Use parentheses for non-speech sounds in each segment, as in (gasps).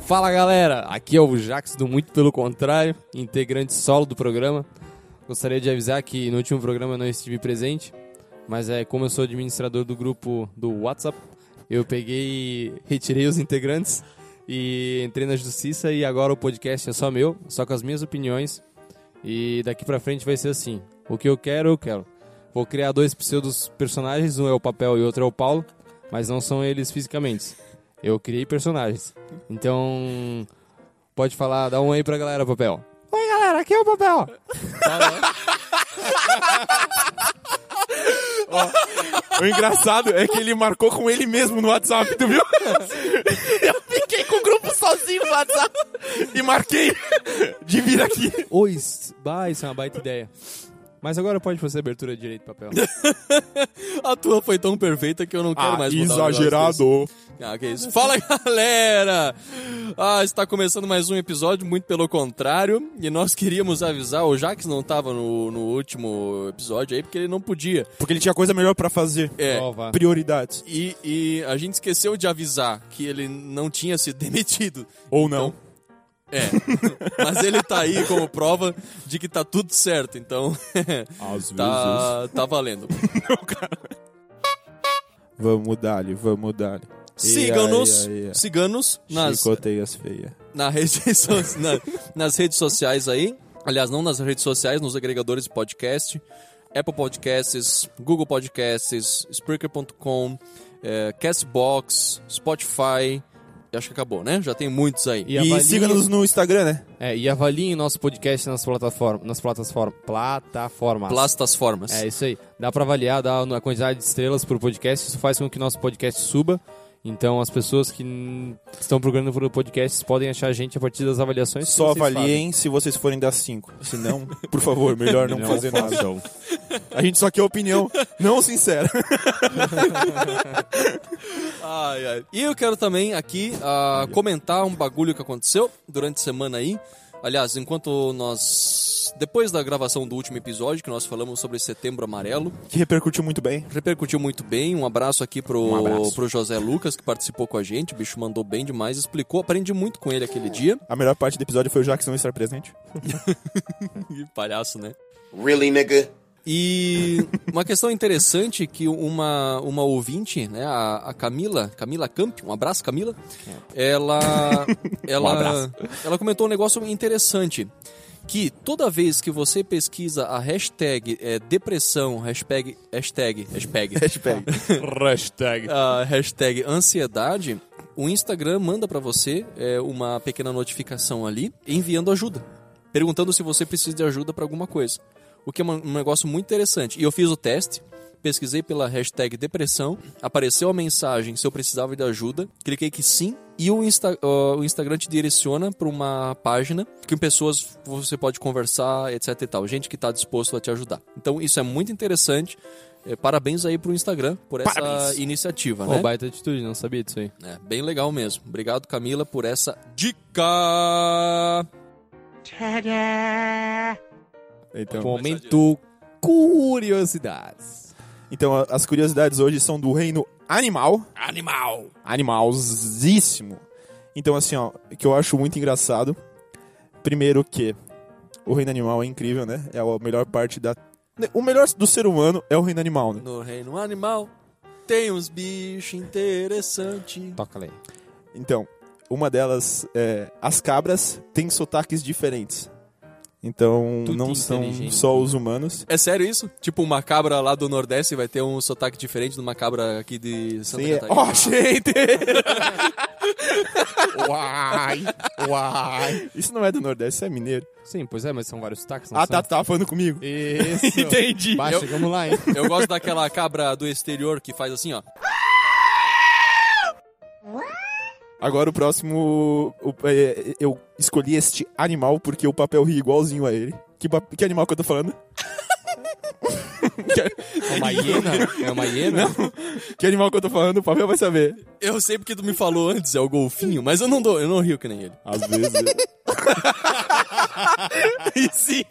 Fala galera, aqui é o Jax do Muito Pelo Contrário, integrante solo do programa. Gostaria de avisar que no último programa eu não estive presente, mas é como eu sou administrador do grupo do WhatsApp, eu peguei e retirei os integrantes e entrei na justiça e agora o podcast é só meu, só com as minhas opiniões. E daqui pra frente vai ser assim: o que eu quero, eu quero. Vou criar dois pseudos personagens, um é o Papel e outro é o Paulo, mas não são eles fisicamente. Eu criei personagens. Então, pode falar, dá um aí pra galera, Papel. Oi, galera, aqui é o Papel. O engraçado é que ele marcou com ele mesmo no WhatsApp, tu viu? Fiquei com o grupo sozinho no WhatsApp. E marquei de vir aqui. Oi, s- bah, isso é uma baita ideia. Mas agora pode fazer abertura direito, Papel. (laughs) A tua foi tão perfeita que eu não quero Ah, mais mudar um negócio desse. exagerado. Ah, que isso. Fala, (laughs) galera! Ah, está começando mais um episódio, muito pelo contrário. E nós queríamos avisar, o Jax não estava no, no último episódio aí, porque ele não podia. Porque ele tinha coisa melhor pra fazer. É, Prova. Prioridades. e, e a gente esqueceu de avisar que ele não tinha sido (laughs) demitido. Ou não. É, (laughs) mas ele tá aí como prova de que tá tudo certo, então (laughs) Às tá, (laughs) tá valendo. (laughs) Vamos dar-lhe, vamos dar-lhe. Sigam-nos, ai, ai. siganos nas, Chicoteias feias. na rede (laughs) so- na- nas redes sociais aí. Aliás, não nas redes sociais, nos agregadores de podcast. Apple Podcasts, Google Podcasts, Spreaker.com, eh, Castbox, Spotify. E Acho que acabou, né? Já tem muitos aí. E E, avaliem- siga-nos no Instagram, né? É, e avaliem nosso podcast nas plataformas. Nas plataformas. Plataformas. Plastas formas. É isso aí. Dá pra avaliar dá a quantidade de estrelas pro podcast. Isso faz com que nosso podcast suba. Então as pessoas que hum, estão procurando por podcasts podem achar a gente a partir das avaliações. que Só vocês avaliem se vocês forem das cinco. Se (laughs) não, por favor, melhor não, fazer nada. A gente só quer opinião, não sincera. (laughs) Ai, ai. E eu quero também aqui ah, comentar um bagulho que aconteceu durante a semana aí. Aliás, enquanto nós. Depois da gravação do último episódio, que nós falamos sobre Setembro Amarelo, Que repercutiu muito bem. repercutiu muito bem. Um abraço aqui pro, Um abraço. pro José Lucas, que participou com a gente. O bicho mandou bem demais, explicou. Aprendi muito com ele aquele dia. A melhor parte do episódio foi o Jackson estar presente. Que Palhaço, né? Really, nigga? (laughs) E uma questão interessante que uma, uma ouvinte, né, a, a Camila, Camila Camp, um abraço Camila, ela (laughs) ela abraço. ela comentou um negócio interessante que toda vez que você pesquisa a hashtag eh, depressão, hashtag hashtag hashtag Hashtag. Hashtag. a (laughs) hashtag ansiedade, o Instagram manda pra você é, uma pequena notificação ali, enviando ajuda, perguntando se você precisa de ajuda pra alguma coisa. O que é uma- um negócio muito interessante. E eu fiz o teste, pesquisei pela hashtag depressão, apareceu a mensagem se eu precisava de ajuda, cliquei que sim. E o, Insta- ó, o Instagram te direciona pra uma página com pessoas você pode conversar, etc e tal. Gente que tá disposto a te ajudar. Então isso é muito interessante. É, parabéns aí pro Instagram por essa Parabéns. iniciativa, Fazem. né? Pô, baita atitude, não sabia disso aí. É, bem legal mesmo. Obrigado, Camila, por essa dica. Então, Momento curiosidades. então, a- as curiosidades hoje são do reino animal. Animal. Animalzíssimo. Então, assim, ó, que eu acho muito engraçado. Primeiro que o reino animal é incrível, né? É a melhor parte da... né, O melhor do ser humano é o reino animal, né? No reino animal tem uns bichos interessantes. Toca lá aí. Então, uma delas é as cabras têm sotaques diferentes. Então, Tudo não são inteligente. né? só os humanos. É sério isso? Tipo, uma cabra lá do Nordeste vai ter um sotaque diferente de uma cabra aqui de Santa Sim, é... Catarina. (laughs) Oh, gente! uai! Uai! Isso não é do Nordeste, isso é mineiro. Sim, pois é, mas são vários taques. não Ah, são? tá, tu tava falando comigo. (laughs) Isso. Entendi. Bah, chegamos lá, hein? Eu gosto daquela cabra do exterior que faz assim, ó. Agora o próximo. o- é, eu escolhi este animal porque o papel ri igualzinho a ele. Que, pa- que animal que eu tô falando? É uma hiena? É uma hiena? Que animal que eu tô falando? O papel vai saber. Eu sei porque tu me falou antes, é o golfinho, mas eu não dou, eu não rio que nem ele. Às (laughs) vezes. E sim.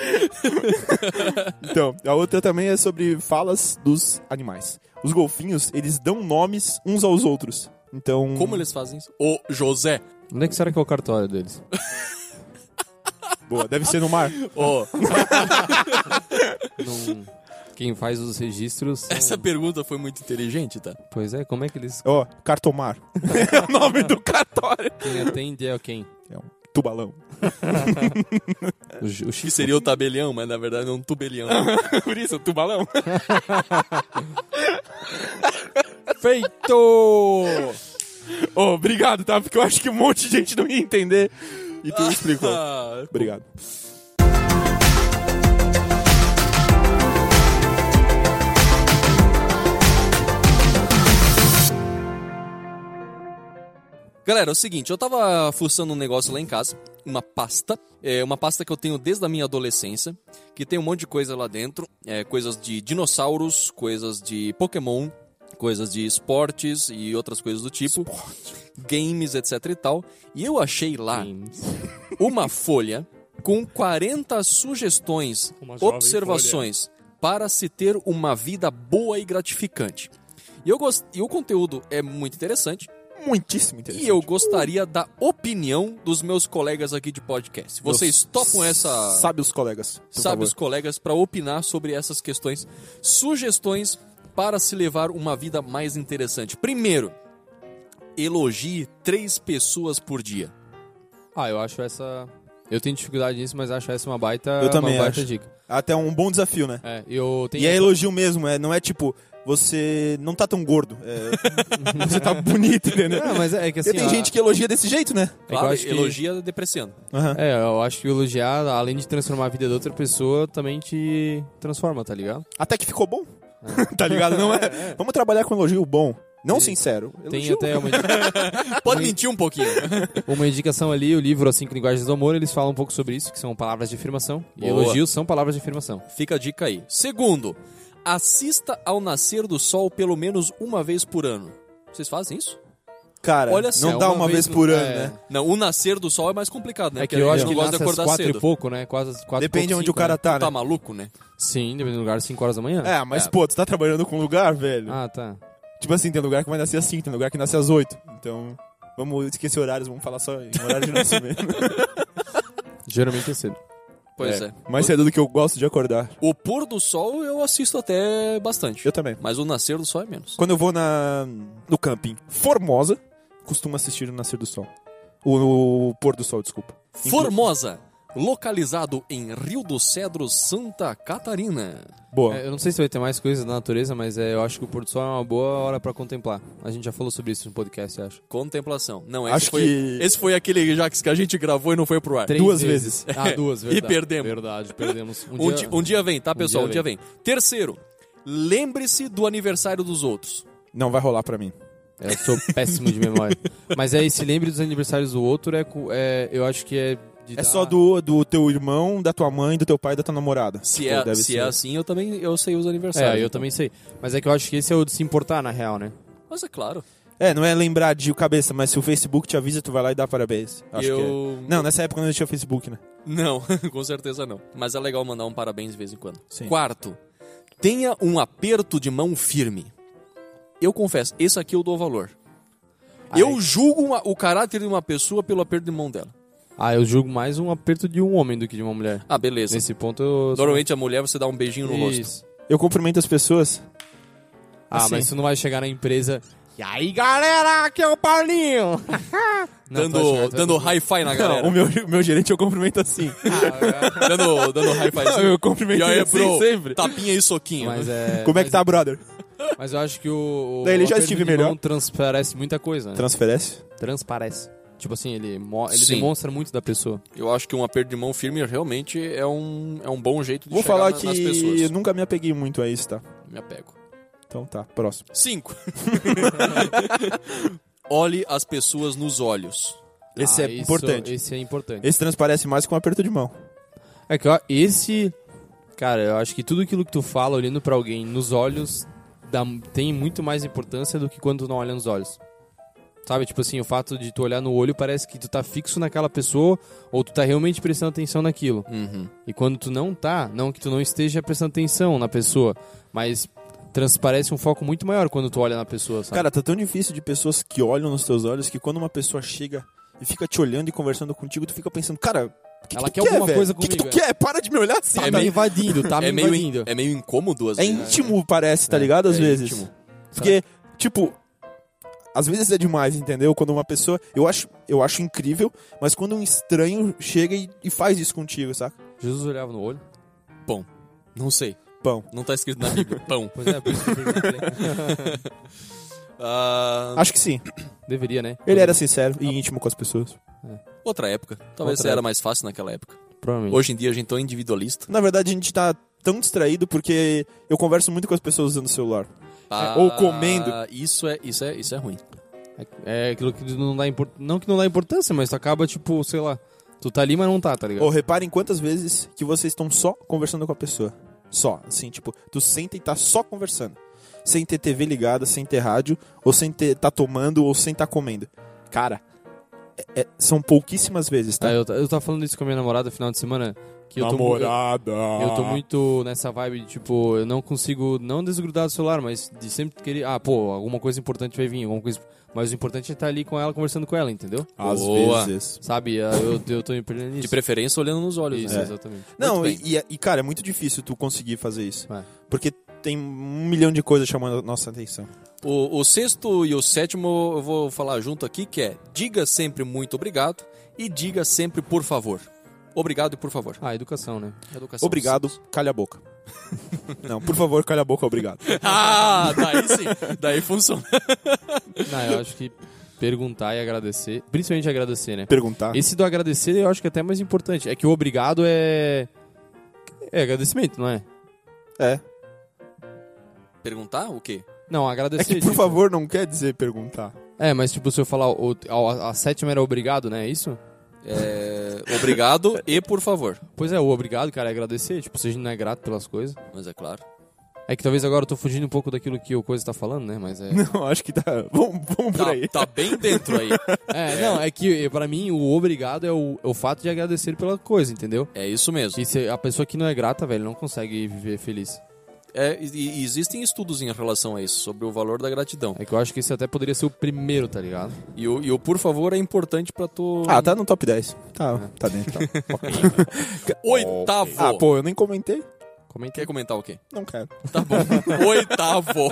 (laughs) Então, a outra também é sobre falas dos animais. Os golfinhos, eles dão nomes uns aos outros. Então. Como eles fazem isso? Ô, José! Onde é que será que é o cartório deles? Boa, deve ser no (laughs) mar. Ô, Não- Quem faz os registros. são- essa pergunta foi muito inteligente, tá? Pois é, como é que eles. Ó, cartomar. é o nome do cartório. Quem atende é quem? É um tubalão. O, Ju- o Que Chico. seria o tabelião, mas na verdade é um tubelião. (laughs) Por isso, tubalão. (laughs) Feito! Ô, obrigado, tá? Porque eu acho que um monte de gente não ia entender. E tu explicou. (laughs) Ah, Obrigado. Galera, é o seguinte, eu tava fuçando um negócio lá em casa, uma pasta, é uma pasta que eu tenho desde a minha adolescência, que tem um monte de coisa lá dentro, é, coisas de dinossauros, coisas de Pokémon, coisas de esportes e outras coisas do tipo, games, etc e tal. E eu achei Ah. lá uma folha com 40 sugestões, Uma jovem observações para se ter uma vida boa e gratificante. E, eu gost... e o conteúdo é muito interessante. Muitíssimo interessante. E eu gostaria da opinião dos meus colegas aqui de podcast. Vocês topam essa. Sabe os colegas. por Sabe favor. os colegas para opinar sobre essas questões, sugestões para se levar uma vida mais interessante. Primeiro, elogie três pessoas por dia. Ah, eu acho essa. Eu tenho dificuldade nisso, mas acho essa uma baita, Eu também uma baita acho. dica. Até um bom desafio, né? É, eu tenho. E é elogio mesmo, é, não é tipo, você não tá tão gordo. é, (laughs) você tá bonito, entendeu? Ah, mas é que assim. Porque tem ó, gente que elogia desse jeito, né? é que eu Claro, acho que- elogia depreciando. Aham. É, eu acho que elogiar, além de transformar a vida da outra pessoa, também te transforma, tá ligado? Até que ficou bom. (laughs) tá ligado? Não é? Vamos trabalhar com elogio bom. Não sincero. Tem elogio. até uma, Ah, Pode mentir um pouquinho. uma indicação ali, o livro As Cinco Linguagens do Amor, eles falam um pouco sobre isso, que são palavras de afirmação. E Boa. elogios são palavras de afirmação. Fica a dica aí. Segundo, assista ao nascer do sol pelo menos uma vez por ano. Vocês fazem isso? Cara, Olha só, não dá uma vez, por no- ano, é. né? Não, o nascer do sol é mais complicado, né? É que eu acho não que gosta nasce às de acordar quatro cedo. e pouco, né? Quase às quatro e Depende de pouco, onde o cinco, cara né? tá, né? Tá maluco, né? Sim, depende do lugar, 5 horas da manhã. É, mas É. pô, tu tá trabalhando com um lugar, velho. Ah, tá. Tipo assim, tem lugar que vai nascer às 5, tem lugar que nasce às 8. Então, vamos esquecer horários, vamos falar só em horário de nascimento. Geralmente é cedo. Pois é. Mais cedo do que eu gosto de acordar. O pôr do sol eu assisto até bastante. Eu também. Mas o nascer do sol é menos. Quando eu vou na, no camping Formosa, costumo assistir o nascer do sol. O, o pôr do sol, desculpa. Formosa, localizado em Rio do Cedro, Santa Catarina. Boa. É, eu não sei se vai ter mais coisas da natureza, mas é, eu acho que o pôr do sol é uma boa hora pra contemplar. A gente já falou sobre isso no podcast, eu acho. Contemplação. Não, esse, Acho foi, que- esse foi aquele Jax que a gente gravou e não foi pro ar. Três Duas (laughs) Ah, duas, E verdade. perdemos. Verdade, perdemos. (laughs) Um, Um, dia... di- um dia vem, tá, pessoal? Um dia dia vem. Terceiro, lembre-se do aniversário dos outros. Não vai rolar pra mim. é, Eu sou péssimo de memória. Mas é, se lembre dos aniversários do outro, é, co- é, eu acho que é... de É dar- Ah. só do, do teu irmão, da tua mãe, do teu pai e da tua namorada. Se, Tipo, é, deve se ser. é assim, eu também eu sei os aniversários. É, eu então. também sei. Mas é que eu acho que esse é o de se importar, na real, né? Mas é claro. É, não é lembrar de cabeça, mas se o Facebook te avisa, tu vai lá e dá parabéns. Acho eu... que é. Não, nessa época não existia Facebook, né? Não, (laughs) com certeza não. Mas é legal mandar um parabéns de vez em quando. Sim. Quarto, tenha um aperto de mão firme. Eu confesso, esse aqui eu dou valor. Eu julgo uma- o caráter de uma pessoa pelo aperto de mão dela. Ah, eu julgo mais um aperto de um homem do que de uma mulher. Ah, beleza. Nesse ponto eu... sou- Normalmente a mulher você dá um beijinho no rosto. Isso. Eu cumprimento as pessoas. Ah, Assim. mas isso não vai chegar na empresa... E aí, galera, aqui é o Paulinho! (laughs) Não, tu vai chegar, dando tu vai dando (laughs) hi-fi na galera. Não, o meu, (laughs) o meu gerente eu cumprimento assim. dando dando (laughs) Não, hi-fizinho. eu cumprimento E aí, assim bro, sempre. tapinha e soquinho. Mas é... Como é que tá, brother? Mas eu acho que o. o Daí ele o já aperto estive de mão melhor. transparece muita coisa, né? Transferece? transparece. Tipo assim, ele, mo- ele Sim. demonstra muito da pessoa. Eu acho que um aperto de mão firme realmente é um, é um bom jeito de Vou chegar falar na- que nas eu pessoas. nunca me apeguei muito a isso, tá? Me apego. Então tá, próximo. (laughs) Cinco. Olhe as pessoas nos olhos. Esse Ah, é isso- importante. Esse é importante. Esse transparece mais com um aperto de mão. É que ó, esse. Cara, eu acho que tudo aquilo que tu fala olhando pra alguém nos olhos dá- tem muito mais importância do que quando tu não olha nos olhos. Sabe, tipo assim, o fato de tu olhar no olho parece que tu tá fixo naquela pessoa ou tu tá realmente prestando atenção naquilo. Uhum. E quando tu não tá, não que tu não esteja prestando atenção na pessoa, mas transparece um foco muito maior quando tu olha na pessoa, sabe? Cara, tá tão difícil de pessoas que olham nos teus olhos que quando uma pessoa chega e fica te olhando e conversando contigo, tu fica pensando, cara, o que Ela que tu quer alguma velho? coisa O que que comigo, tu quer? Para de me olhar assim. tá cara. me invadindo, (laughs) tá me é, meio, in- invadindo. é meio incômodo às É vezes. íntimo, parece, tá ligado? Às é vezes. íntimo. Porque, tipo, às vezes é demais, entendeu? Quando uma pessoa. Eu acho, eu acho incrível, mas quando um estranho chega e, e faz isso contigo, saca? é, Jesus olhava no olho. Pão. Não sei. Pão. Não tá escrito na (laughs) Bíblia. Pão. Pois é, por isso que eu (laughs) perguntei. Ah, Acho que sim. Deveria, né? Ele Uhum. era sincero e íntimo com as pessoas. outra época. Talvez Outra era mais fácil naquela época. Provavelmente. Hoje em dia a gente é tão individualista. Na verdade, a gente tá tão distraído porque eu converso muito com as pessoas usando o celular. Ah, É, ou comendo. Isso é, isso é, isso é ruim. É aquilo que não dá importância. Não que não dá importância, mas tu acaba, tipo, sei lá. Tu tá ali, mas não tá, tá É. ligado? Ou reparem quantas vezes que vocês estão só conversando com a pessoa. Só, assim, tipo, tu senta e tá só conversando. Sem ter TV ligada, sem ter rádio, ou sem ter, tá tomando, ou sem tá comendo. Cara, é- é- são pouquíssimas vezes, tá? É. Ah, eu, ta- eu tava falando isso com a minha namorada no final de semana. Que eu tô, mu- eu, eu tô muito nessa vibe de, tipo, eu não consigo não desgrudar do celular, mas de sempre querer. Ah, pô, alguma coisa importante vai vir, alguma coisa. Mas o importante é estar ali com ela, conversando com ela, entendeu? Às Boa. vezes. Sabe? ah, Eu, eu tô me perdendo nisso. De preferência olhando nos olhos. Isso, né? exatamente. Não, bem. e, e, cara, é muito difícil tu conseguir fazer isso. É. Porque tem um milhão de coisas chamando a nossa atenção. O, o sexto e o sétimo eu vou falar junto aqui, que é diga sempre muito obrigado e diga sempre por favor. Obrigado e por favor. Ah, educação, né? Educação. (laughs) Obrigado, calha a boca. Não, por favor, calha a boca, obrigado. Ah, daí sim. Daí funciona. Não, eu acho que perguntar e agradecer. Principalmente agradecer, né? Perguntar. Esse do agradecer eu acho que é até mais importante. É que o obrigado é. É agradecimento, não é? É. Perguntar o quê? Não, É agradecer. que por tipo- favor não quer dizer perguntar. (laughs) É, mas tipo, se eu falar. O, a, a sétima era obrigado, né? É isso? É, obrigado e por favor. Pois é, o obrigado, cara, é agradecer. Tipo, se a gente não é grato pelas coisas. Mas é claro. É que talvez agora eu tô fugindo um pouco daquilo que o Coisa tá falando, né? Mas (laughs) é. Não, acho que tá. Vamos, vamos por Tá, aí. tá bem dentro aí. é, não, é que eh, pra mim o obrigado é o, é o fato de agradecer pela coisa, entendeu? (laughs) É isso mesmo. Que se a pessoa que não é grata, velho, não consegue viver feliz. É, e- e existem estudos em relação a isso, sobre o valor da gratidão. É que eu acho que esse até poderia ser o primeiro, tá ligado? E o, e o por favor é importante pra tu. Ah, tá no top 10. Tá, tá dentro. tá. Oitavo! Ah, pô, eu nem comentei? Comenta Quer aí. comentar o quê? Não quero. Tá bom. (laughs) Oitavo!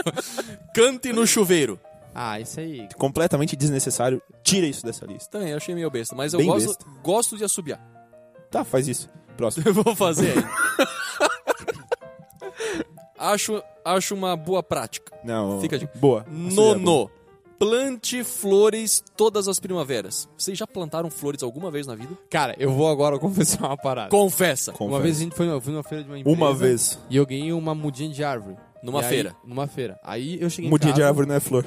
Cante no chuveiro. Ah, isso aí. Completamente desnecessário. Tira isso dessa lista. Também, eu achei meio besta, mas eu Bem gosto, gosto de assobiar. (laughs) Tá, faz isso. Próximo. Eu vou fazer aí. acho, acho uma boa prática. Não. Fica de- Boa. Nono. Plante flores todas as primaveras. Vocês já plantaram flores alguma vez na vida? Cara, eu vou agora (laughs) confessar uma parada. Confessa. Uma vez a gente foi, eu fui numa feira de uma empresa. Uma vez. E eu ganhei uma mudinha de árvore. Numa E aí- feira. numa feira. Aí eu cheguei Mudinha em de casa... árvore não é flor.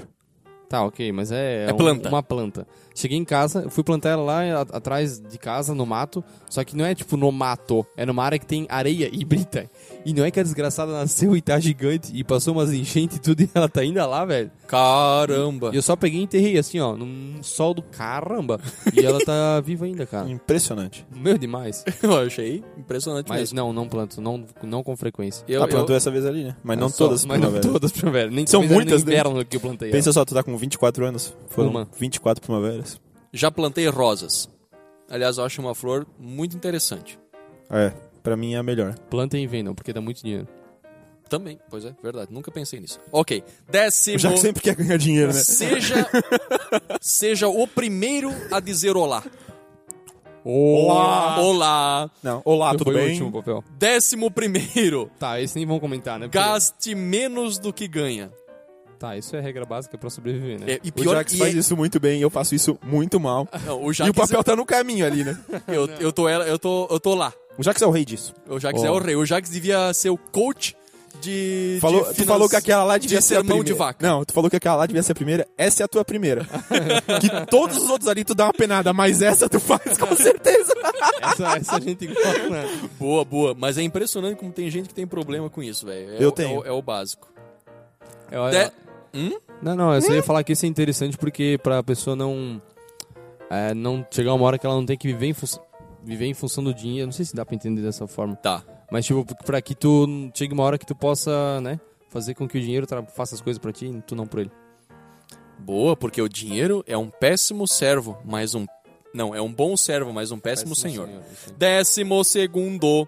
Tá, ok, mas é, É um- planta. uma planta. Cheguei em casa, eu fui plantar ela lá a- atrás de casa, no mato. Só que não é tipo no mato, é numa área que tem areia (laughs) e brita. E não é que a desgraçada nasceu e tá gigante e passou umas enchentes e tudo (laughs) e ela tá ainda lá, velho. Caramba. E eu só peguei e enterrei assim, ó, num sol do caramba. E ela tá (laughs) viva ainda, Hum. cara. Impressionante. Meu demais. (laughs) Eu achei impressionante Mas mesmo. não, não planto, não, não com frequência. Eu, ah, plantou eu- essa vez ali, né? Mas É não só- todas. Mas não primavera. todas (laughs) primaveras. Nem São talvez era no muitas, né? inverno que eu plantei. Pensa só, tu tá com 24 anos. Foram Uma. 24 primaveras. já plantei rosas. Aliás, eu acho uma flor muito interessante. É, pra mim é a melhor. ela. Plantem e vendam, porque dá muito dinheiro. Também, pois é, verdade. Nunca pensei nisso. Ok. Décimo. Já que sempre quer ganhar dinheiro, né? Seja, seja o primeiro a dizer olá. Olá! Olá. Não. Olá, Ah, tudo Foi o bem? último papel. Décimo primeiro. Tá, esse nem vão comentar, né? Porque- Gaste menos do que ganha. Tá, isso é regra básica pra sobreviver, né? É, e O pior Jax e faz é- isso muito bem, eu faço isso muito mal. (laughs) Não, o E Jax, é- o papel tá no caminho ali, (laughs) né? eu, eu tô ela- eu tô eu tô lá. O Jax é o rei disso. O Jax Ó. é o rei. O Jax devia ser o coach de Falou, de tu finan- falou que é- aquela lá devia de ser a sermão primeira. de vaca. Não, tu falou que aquela lá devia ser a primeira. Essa é a tua (laughs) primeira. que todos os outros ali tu dá uma penada, mas essa tu faz (laughs) com certeza. (laughs) Essa, essa a gente (laughs) gosta, né? Boa, boa. Mas é impressionante como tem gente que tem problema com isso, velho. É Eu o- tenho. É o, é o básico. Eu, eu- Dé- Não, não, eu só ia falar que isso é interessante porque pra pessoa não... é, não chegar uma hora que ela não tem que viver em função... Viver em função do dinheiro, não sei se dá pra entender dessa forma. Tá. Mas, tipo, pra que tu chegue uma hora que tu possa, né? fazer com que o dinheiro tra- faça as coisas pra ti e tu não por ele. Boa, porque o dinheiro é um péssimo servo, mas um. Não, é um bom servo, mas um péssimo, senhor. isso aí. Décimo segundo.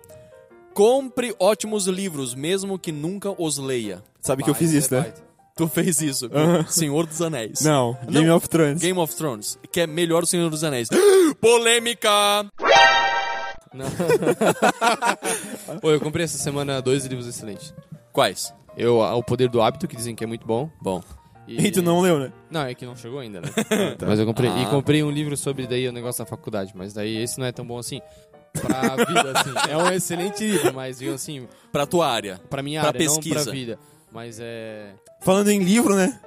Compre ótimos livros, mesmo que nunca os leia. Sabe que eu fiz isso, né? Baita. Tu fez isso. Senhor dos Anéis. Não, Game Não. of Thrones. Game of Thrones, que é melhor o Senhor dos Anéis. (gasps) Polêmica! Não. (laughs) Pô, eu comprei essa semana dois livros excelentes. Quais? Eu, ah, O Poder do Hábito, que dizem que é muito bom. Bom. E... (laughs) E tu não leu, (laughs) né? tá. Não, é que não chegou (laughs) ainda, né? Mas eu comprei. E Ah. comprei um livro sobre daí o negócio da faculdade, mas daí esse não é tão bom assim. Pra vida, (laughs) assim. É um excelente livro, mas digo assim, Pra tua área. pra minha Pra área, não pesquisa. pra vida. Mas é. Falando em livro, né?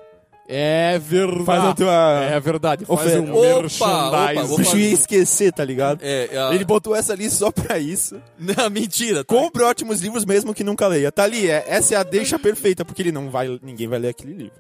É verdade. Ah, Faz a tua- É verdade. Faz Oferta. um Opa, merchandising. O Vou bicho fazer. ia esquecer, tá ligado? É, a... Ele botou essa ali só pra isso. (laughs) Não, mentira. tá? Compre ótimos livros mesmo que nunca leia. Tá ali, é, essa é a deixa perfeita, porque ele não vai. Ninguém vai ler aquele (laughs) livro.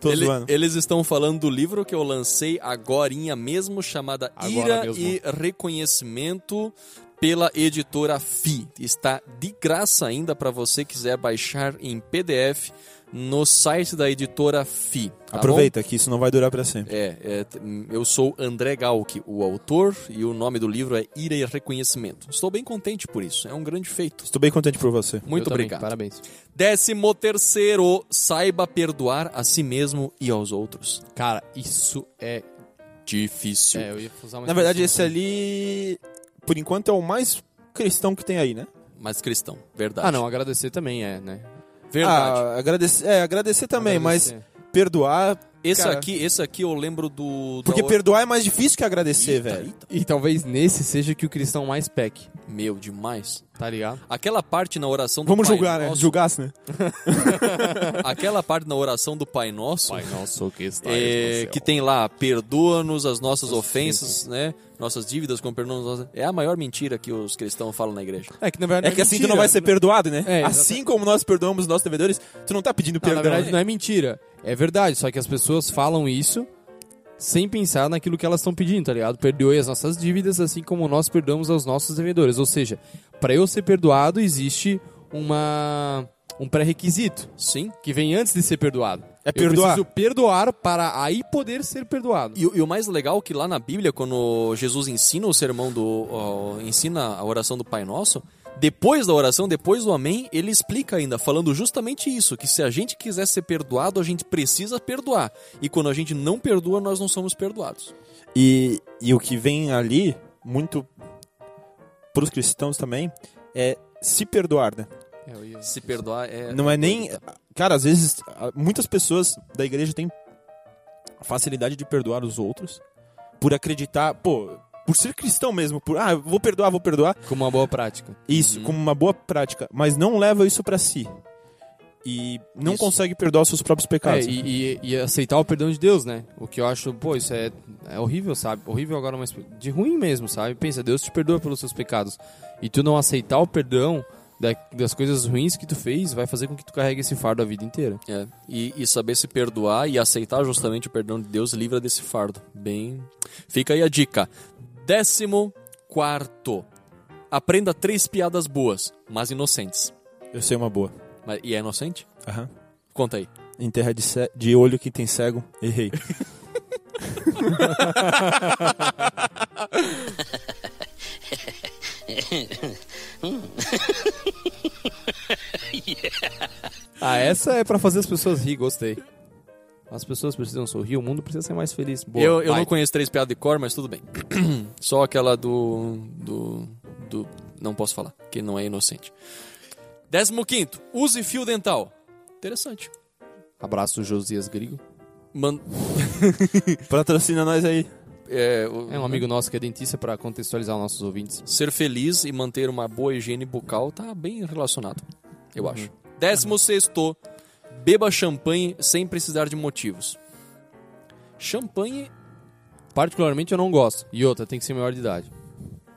Tô Ele- zoando. eles estão falando do livro que eu lancei agorinha mesmo, chamada Agora Ira mesmo. e Reconhecimento pela editora FI. Está de graça ainda pra você quiser baixar em PDF no site da editora FI. tá bom? Aproveita que isso não vai durar pra sempre. É, é, t- hum, eu sou André Galk, o autor, e o nome do livro é Ira e Reconhecimento. Estou bem contente por isso, é um grande feito. Estou bem contente por você. Eu Muito também, obrigado. Parabéns. Décimo terceiro, saiba perdoar a si mesmo e aos outros. Cara, isso é. Difícil. É, eu ia usar uma Tipo, Na verdade, esse expressão assim. ali, por enquanto, é o mais cristão que tem aí, né? Mas cristão, verdade. Ah, não, agradecer também é, né? Verdade. Ah, agradecer, é, agradecer também, Agradecer. mas perdoar. esse, cara. aqui, esse aqui eu lembro do... Porque da... perdoar é mais difícil que agradecer, Eita, velho. eita. E talvez nesse seja que o cristão mais peque, Meu, demais. tá ligado? Aquela parte na oração do Vamos Pai julgar, né? Nosso- Julgasse, né? (laughs) Aquela parte na oração do Pai Nosso... nosso que está é, que tem lá, perdoa-nos as nossas ofensas, né? Nossas dívidas, como perdoamos nossas... É a maior mentira que os cristãos falam na igreja. É que na verdade É não que assim tu mentira. não vai ser perdoado, né? É, assim como nós perdoamos os nossos devedores, tu não tá pedindo Não, perdão. na verdade não é mentira. É verdade, só que as pessoas falam isso sem pensar naquilo que elas estão pedindo, tá ligado? Perdoe as nossas dívidas assim como nós perdoamos aos nossos devedores. Ou seja, pra eu ser perdoado existe uma um pré-requisito Sim. que vem antes de ser perdoado. É perdoar. Eu preciso perdoar para aí poder ser perdoado. E, o- e o mais legal é que lá na Bíblia, quando Jesus ensina o sermão do. ó, ensina a oração do Pai Nosso, depois da oração, depois do Amém, ele explica ainda, falando justamente isso: que se a gente quiser ser perdoado, a gente precisa perdoar. E quando a gente não perdoa, nós não somos perdoados. E, e o que vem ali, muito pros cristãos também, é se perdoar, né? Eu ia- Se perdoar é. Não é nem. Cara, às vezes, a- muitas pessoas da igreja têm facilidade de perdoar os outros por acreditar, pô, por ser cristão mesmo, por, ah, vou perdoar, vou perdoar. Como uma boa prática. Isso, Uhum. como uma boa prática, mas não leva isso pra si. E não Isso. consegue perdoar os seus próprios É, pecados. e, e- e aceitar o perdão de Deus, né? O que eu acho, pô, isso é, é horrível, sabe? Horrível agora, mas de ruim mesmo, sabe? Pensa, Deus te perdoa pelos seus pecados. E tu não aceitar o perdão da- das coisas ruins que tu fez vai fazer com que tu carregue esse fardo a vida inteira. É, e, e saber se perdoar e aceitar justamente o perdão de Deus livra desse fardo. Bem, fica aí a dica. Décimo quarto. Aprenda três piadas boas, mas inocentes. Eu sei uma boa. Mas- e é inocente? Aham. Conta aí. Em terra de, ce- de olho que tem cego, (laughs) errei. Ah, essa é para fazer as pessoas rir, gostei. As pessoas precisam sorrir, o mundo precisa ser mais feliz. Boa, eu eu vai. não conheço três piadas de cor, mas tudo bem. (clears throat) Só aquela do, do. do. Não posso falar, que não é inocente. Décimo quinto. Use fio dental. Interessante. Abraço, Josias Grigo. Man- Patrocina nós aí. é, o- É um amigo nosso que é dentista para contextualizar os nossos ouvintes. Ser feliz e manter uma boa higiene bucal tá bem relacionado, eu acho. Décimo sexto, beba champanhe sem precisar de motivos. Champanhe Particularmente eu não gosto. E outra, tem que ser maior de idade.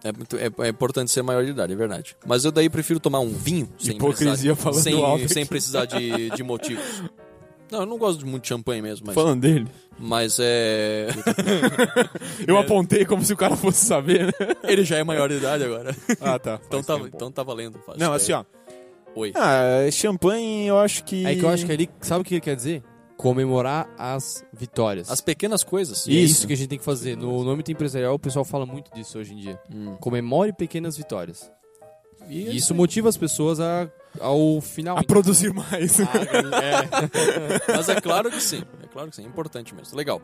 é, muito- é- é importante ser maior de idade, é verdade. Mas eu daí prefiro tomar um vinho sem Hipocrisia precisar, falando sem, alto sem aqui. precisar de, de motivos. Não, eu não gosto de muito de champanhe mesmo, mas, Falando dele. mas (laughs) é. Eu apontei como se o cara fosse saber, né? Ele já é maior de idade agora. Ah, tá. Então tá, então tá valendo. faz Não, ideia. assim, ó. Oi. Ah, champanhe eu acho que. É que eu acho que ali, sabe o que ele quer dizer? Comemorar as vitórias. As pequenas coisas. E é isso que a gente tem que fazer. No nome empresarial, o pessoal fala muito disso hoje em dia. Hum. Comemore pequenas vitórias. E E é isso motiva as pessoas a, ao final. A produzir mais. Mas é claro que sim. É claro que sim. É importante mesmo. Legal.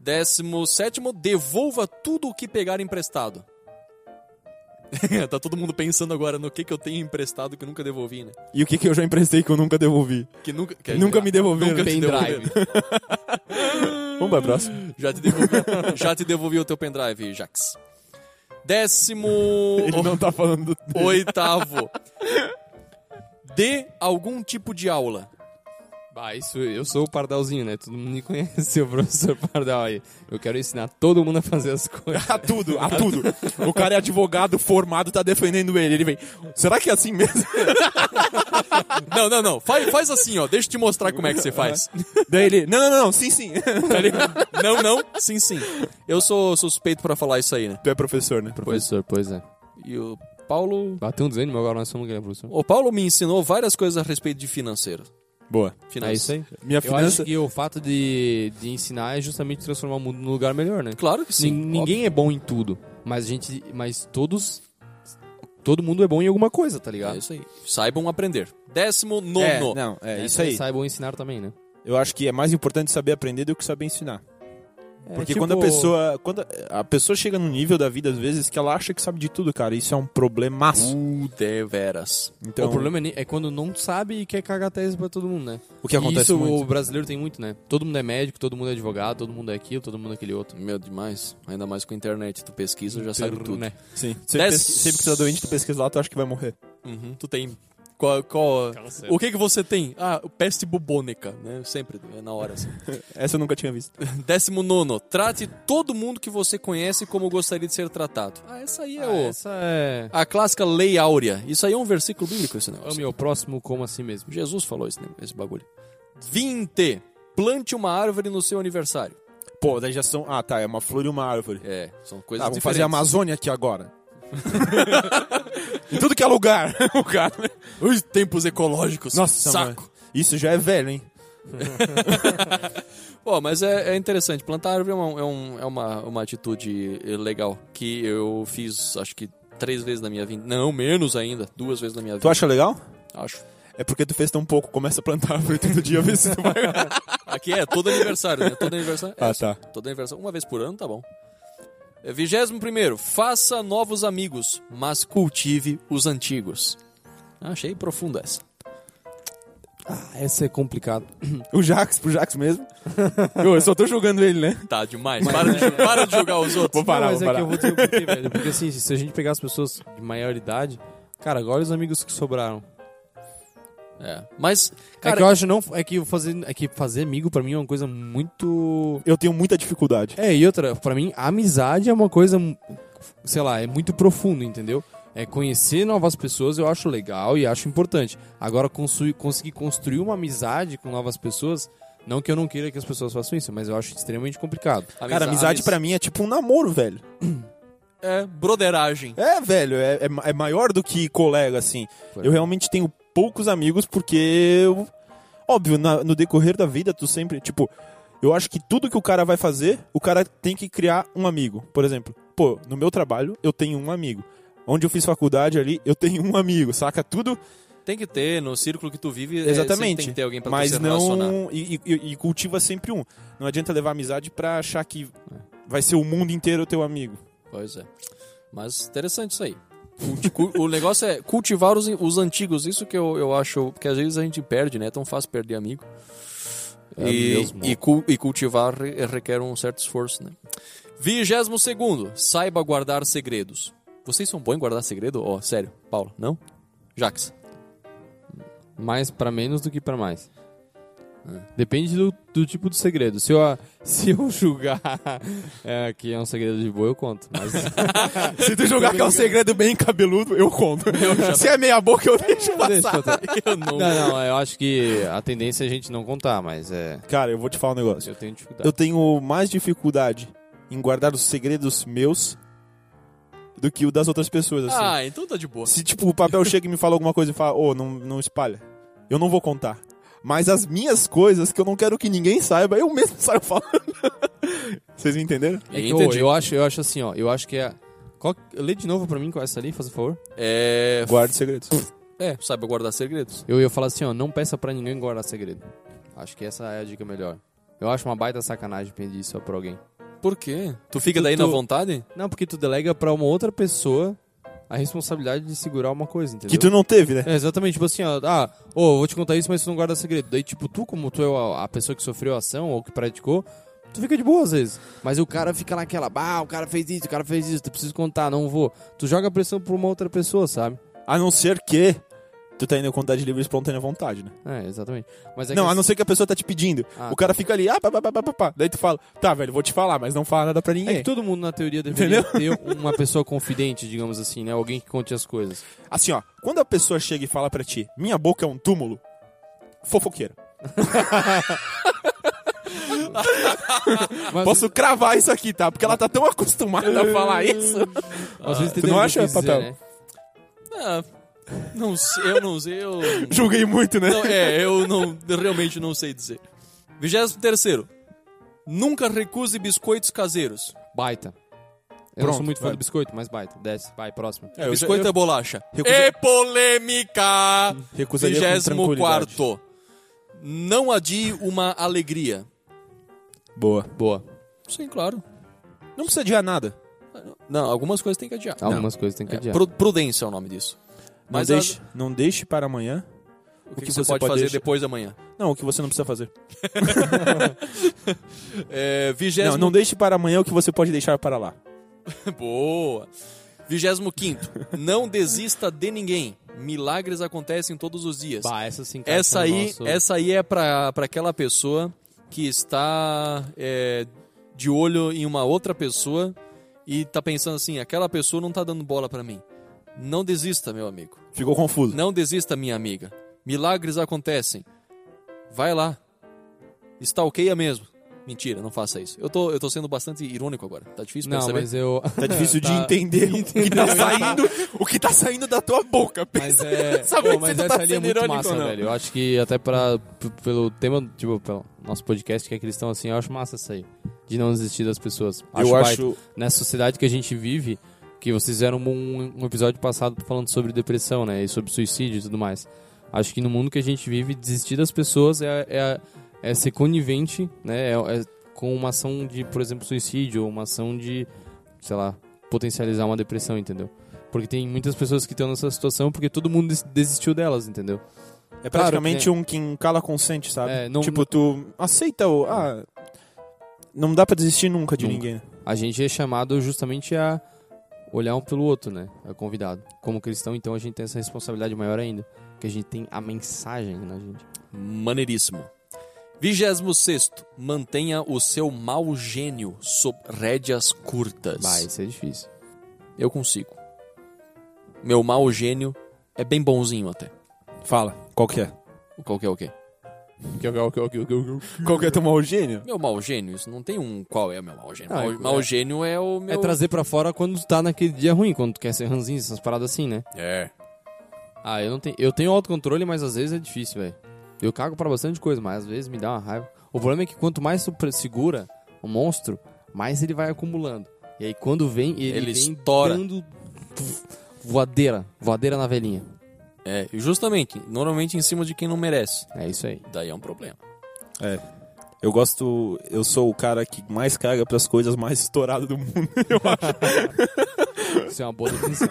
Décimo sétimo, devolva tudo o que pegar emprestado. (laughs) tá todo mundo pensando agora no que, que eu tenho emprestado que eu nunca devolvi, né? (laughs) E o que, que eu já emprestei que eu nunca devolvi? Que nunca, que- nunca me devolveram. Nunca te devolveram. Pendrive. Vamos pra próxima. (laughs) Já te devolvi, já te devolvi o teu pendrive, Jax. Décimo Ele (laughs) não tá falando do oitavo. Dê algum tipo de aula. Bah, isso, eu sou o Pardalzinho, né? Todo mundo me (laughs) conhece, o professor Pardal aí. Eu quero ensinar todo mundo a fazer as coisas. A tudo, a tudo. O cara é advogado formado, tá defendendo ele. Ele vem, será que é assim mesmo? (laughs) Não, não, não. Faz, faz assim, ó. Deixa eu te mostrar como é que você faz. Daí ele, não, não, não, sim, sim. (laughs) Tá ligado? Não, não. Sim, sim. Eu sou suspeito pra falar isso aí, né? Tu é professor, né? (laughs) Professor, pois é. E o Paulo. Bateu um desânimo agora, nós somos que é professor. O Paulo me ensinou várias coisas a respeito de financeiro. Boa. Finanças. É isso aí. Minha Eu acho finança... que o fato de, de ensinar é justamente transformar o mundo num lugar melhor, né? Claro que sim. Nin- ninguém é bom em tudo, mas a gente, mas todos todo mundo é bom em alguma coisa, tá óbvio. ligado? É isso aí. Saibam aprender. Décimo É, nono. não, é Essa isso aí. Saibam ensinar também, né? Eu acho que é mais importante saber aprender do que saber ensinar. Porque tipo- quando a pessoa. Quando a- a pessoa chega num nível da vida, às vezes, que ela acha que sabe de tudo, cara. Isso é um problemaço. Uh, deveras. Então, o problema é ni- é quando não sabe e quer cagar tese pra todo mundo, né? o que E acontece isso o muito. brasileiro tem muito, né? Todo mundo é médico, todo mundo é advogado, todo mundo é aquilo, todo mundo é aquele outro. Meu, demais. Ainda mais com a internet. Tu pesquisa, já sabe tudo. Né? Sim. Sempre, Desce- pesqui- sempre que tu tá doente, tu pesquisa lá, tu acha que vai morrer. Uhum. Tu tem. Qual, qual- o que que você tem? Ah, peste bubônica, né? Sempre, é na hora. (laughs) Assim. Essa eu nunca tinha visto. Décimo nono. Trate todo mundo que você conhece como gostaria de ser tratado. Ah, essa aí é Ah, o... essa é A clássica lei áurea. Isso aí é um versículo bíblico, esse negócio. ame ao próximo como a si mesmo. Jesus falou esse, ne- esse bagulho. 20. Plante uma árvore no seu aniversário. (laughs) Pô, daí já são. Ah, tá. É uma flor e uma árvore. É, são coisas Ah, vamos diferentes. fazer a Amazônia aqui (laughs) agora. em tudo que é lugar. (laughs) o né? cara. Ui, tempos ecológicos. Nossa, saco. mano. Isso já é velho, hein? Pô, mas é, é interessante. Plantar árvore é, uma, é, um- é uma, uma atitude eh, legal que eu fiz, acho que três vezes na minha vida. Não, menos ainda. Duas vezes na minha vida. Tu acha legal? Acho. É porque tu fez tão pouco, começa a plantar árvore todo dia, vê se tu vai. Aqui é todo aniversário, né? Todo aniversário. (laughs) é, ah, tá. Todo aniversário. Uma vez por ano, tá bom. É, Vigésimo primeiro. Faça novos amigos, mas cultive os antigos. Ah, Achei profunda essa. Essa é complicado. O Jax, pro Jax (laughs) mesmo. eu, eu só tô jogando ele, né? Tá demais. Para de, ju- para de julgar os outros. Vou parar, não, mas é vou que parar. eu vou dizer o porquê, velho. Porque assim, se a gente pegar as pessoas de maior idade, cara, agora os amigos que sobraram. É. Mas, é que eu cara, acho não. É que fazer, é que fazer amigo pra mim é uma coisa muito. Eu tenho muita dificuldade. É, e outra, pra mim, a amizade é uma coisa, sei lá, é muito profundo, entendeu? É conhecer novas pessoas eu acho legal e acho importante. Agora, construir, conseguir construir uma amizade com novas pessoas, não que eu não queira que as pessoas façam isso, mas eu acho extremamente complicado. Cara, amizade pra mim é tipo um namoro, velho. É, broderagem. É, velho, é, é ma- é maior do que colega, assim. Claro. Eu realmente tenho poucos amigos porque eu. Óbvio, na- no decorrer da vida, tu sempre. Tipo, eu acho que tudo que o cara vai fazer, o cara tem que criar um amigo. Por exemplo, pô, no meu trabalho, eu tenho um amigo. Onde eu fiz faculdade ali, eu tenho um amigo, saca? Tudo Tem que ter, no círculo que tu vive, é, sempre Exatamente. tem que ter alguém pra tu mas se relacionar. não e, e- e cultiva sempre um. Não adianta levar amizade pra achar que vai ser o mundo inteiro teu amigo. Pois é. Mas interessante isso aí. Culti- cu- o negócio é cultivar os, os antigos. Isso que eu, eu acho. Porque às vezes a gente perde, né? É tão fácil perder amigo. É e, mesmo. e, cu- e cultivar re- requer um certo esforço, né? Vigésimo segundo. Saiba guardar segredos. Vocês são bons em guardar segredo? Ó, sério. Paulo, não? Jax. Mais pra menos do que pra mais. É. Depende do, do tipo de segredo. Se eu, (laughs) se eu julgar (laughs) é, que é um segredo de boa, eu conto. Mas Se tu jogar que é um segredo bem cabeludo, eu conto. Se é meia boca, eu deixo deixa eu contar. Eu não. Não, não, eu acho que a tendência é a gente não contar, mas é. Cara, eu vou te falar um negócio. Eu tenho dificuldade. Eu tenho mais dificuldade em guardar os segredos meus do que o das outras pessoas, assim. Ah, então tá de boa. Se, tipo, o papel chega e me fala alguma coisa e fala, ô, não, não espalha. Eu não vou contar. Mas as minhas coisas que eu não quero que ninguém saiba, eu mesmo (laughs) saio falando. Vocês me entenderam? É que, Entendi. ô, eu, acho, eu acho assim, ó. Eu acho que é. Qual... Lê de novo pra mim com essa ali, faz o favor. É. Guarde segredos. É, saiba guardar segredos. Eu ia falar assim, ó. Não peça pra ninguém guardar segredo. Acho que essa é a dica melhor. Eu acho uma baita sacanagem pedir isso pra alguém. Por quê? Tu fica Tu- daí na tu- vontade? Não, porque tu delega pra uma outra pessoa a responsabilidade de segurar uma coisa, entendeu? Que tu não teve, né? É, exatamente, tipo assim, ó, ah, ô, vou te contar isso, mas tu não guarda segredo. Daí, tipo, tu, como tu é a, a pessoa que sofreu a ação ou que praticou, tu fica de boa às vezes. Mas o cara fica naquela, bah, o cara fez isso, o cara fez isso, tu precisa contar, não vou. Tu joga a pressão por uma outra pessoa, sabe? A não ser que tu tá indo com vontade livre e espontânea vontade, né? É, exatamente. Mas é não, que a não ser que a pessoa tá te pedindo. Ah, o cara fica ali, ah, pá, pá, pá, pá, pá, pá. Daí tu fala, tá, velho, vou te falar, mas não fala nada pra É ninguém. que todo mundo na teoria deveria ter uma pessoa confidente, digamos assim, né? Alguém que conte as coisas. Assim, ó, quando a pessoa chega e fala pra ti, minha boca é um túmulo, fofoqueiro. Mas, Posso cravar isso aqui, tá? Porque ela tá tão acostumada a falar isso. (laughs) Ah. às vezes tu entendeu o que não acha, eu quis dizer, Papel? né? Ah, não sei, eu não sei, eu. (laughs) Julguei muito, né? Não, é, eu não, realmente não sei dizer. 23. Nunca recuse biscoitos caseiros. Baita. Eu não Pronto, sou muito fã vai. do biscoito, mas baita. Desce, vai, próximo. É, eu já- Biscoito eu- é bolacha. Recusa- E polêmica! Recusaria com 24. Não adie uma alegria. Boa. Boa. Sim, claro. Não precisa adiar nada. Não, algumas coisas tem que adiar. Algumas coisas tem que É, adiar. pru- prudência é o nome disso. Não, Mas deixe, não deixe para amanhã. O que, você, pode, fazer deixar- depois da manhã? Não, o que você não precisa fazer. É, Não, vigésimo... não deixe para amanhã o que você pode deixar para lá. (laughs) Boa! 25. não desista de ninguém. Milagres acontecem todos os dias. Bah, essa se encaixa Essa no aí, Tá nosso- essa aí é pra, pra aquela pessoa que está é, de olho em uma outra pessoa e tá pensando assim, aquela pessoa não tá dando bola pra mim. Não desista, meu amigo. Ficou confuso. Não desista, minha amiga. Milagres acontecem. Vai lá. Stalkeia mesmo. Mentira, não faça isso. Eu tô, eu tô sendo bastante irônico agora. Tá difícil Não, perceber? mas eu. Tá difícil de entender o que tá saindo, o que tá saindo da tua boca. (laughs) Mas é. Sabe Pô, se mas tu tá (laughs) essa ali é sendo muito irônico massa, ou não? velho. Eu acho que até pra, p- pelo tema, tipo, pelo nosso podcast, que é cristão assim, eu acho massa isso aí. De não desistir das pessoas. Eu baita. acho. Nessa sociedade que a gente vive, que vocês fizeram um, um episódio passado falando sobre depressão, né? E sobre suicídio e tudo mais. Acho que no mundo que a gente vive, desistir das pessoas é, é, é ser conivente, né? É- é com uma ação de, por exemplo, suicídio, ou uma ação de, sei lá, potencializar uma depressão, entendeu? Porque tem muitas pessoas que estão nessa situação porque todo mundo des- desistiu delas, entendeu? É praticamente um quem cala consente, sabe? É, não- tipo, tu aceita o. Ah, não dá pra desistir nunca de Nunca. ninguém. né? A gente é chamado justamente a olhar um pelo outro, né? É convidado. Como cristão, então a gente tem essa responsabilidade maior ainda. Que a gente tem a mensagem na gente. Maneiríssimo. 26. Mantenha o seu mau gênio sob rédeas curtas. Bah, isso é difícil. Eu consigo. Meu mau gênio é bem bonzinho até. Fala, qual que é? Qual que é o quê? Qual que é teu mau gênio? Meu mau gênio, isso não tem um qual é meu mau gênio. Ah, mau, é- mau gênio é o meu. É trazer pra fora quando tu tá naquele dia ruim, quando tu quer ser ranzinho, essas paradas assim, né? É. Ah, eu não tenho. Eu tenho autocontrole, mas às vezes é difícil, velho. Eu cago pra bastante coisa, mas às vezes me dá uma raiva. O problema é que quanto mais tu pre- segura o monstro, mais ele vai acumulando. E aí quando vem, ele, Ele vem estoura. dando puf, voadeira, voadeira na velhinha. É, e justamente, normalmente em cima de quem não merece. É isso aí. Daí é um problema. É. Eu gosto. Eu sou o cara que mais caga pras coisas mais estourado do mundo. Isso é uma boa definição.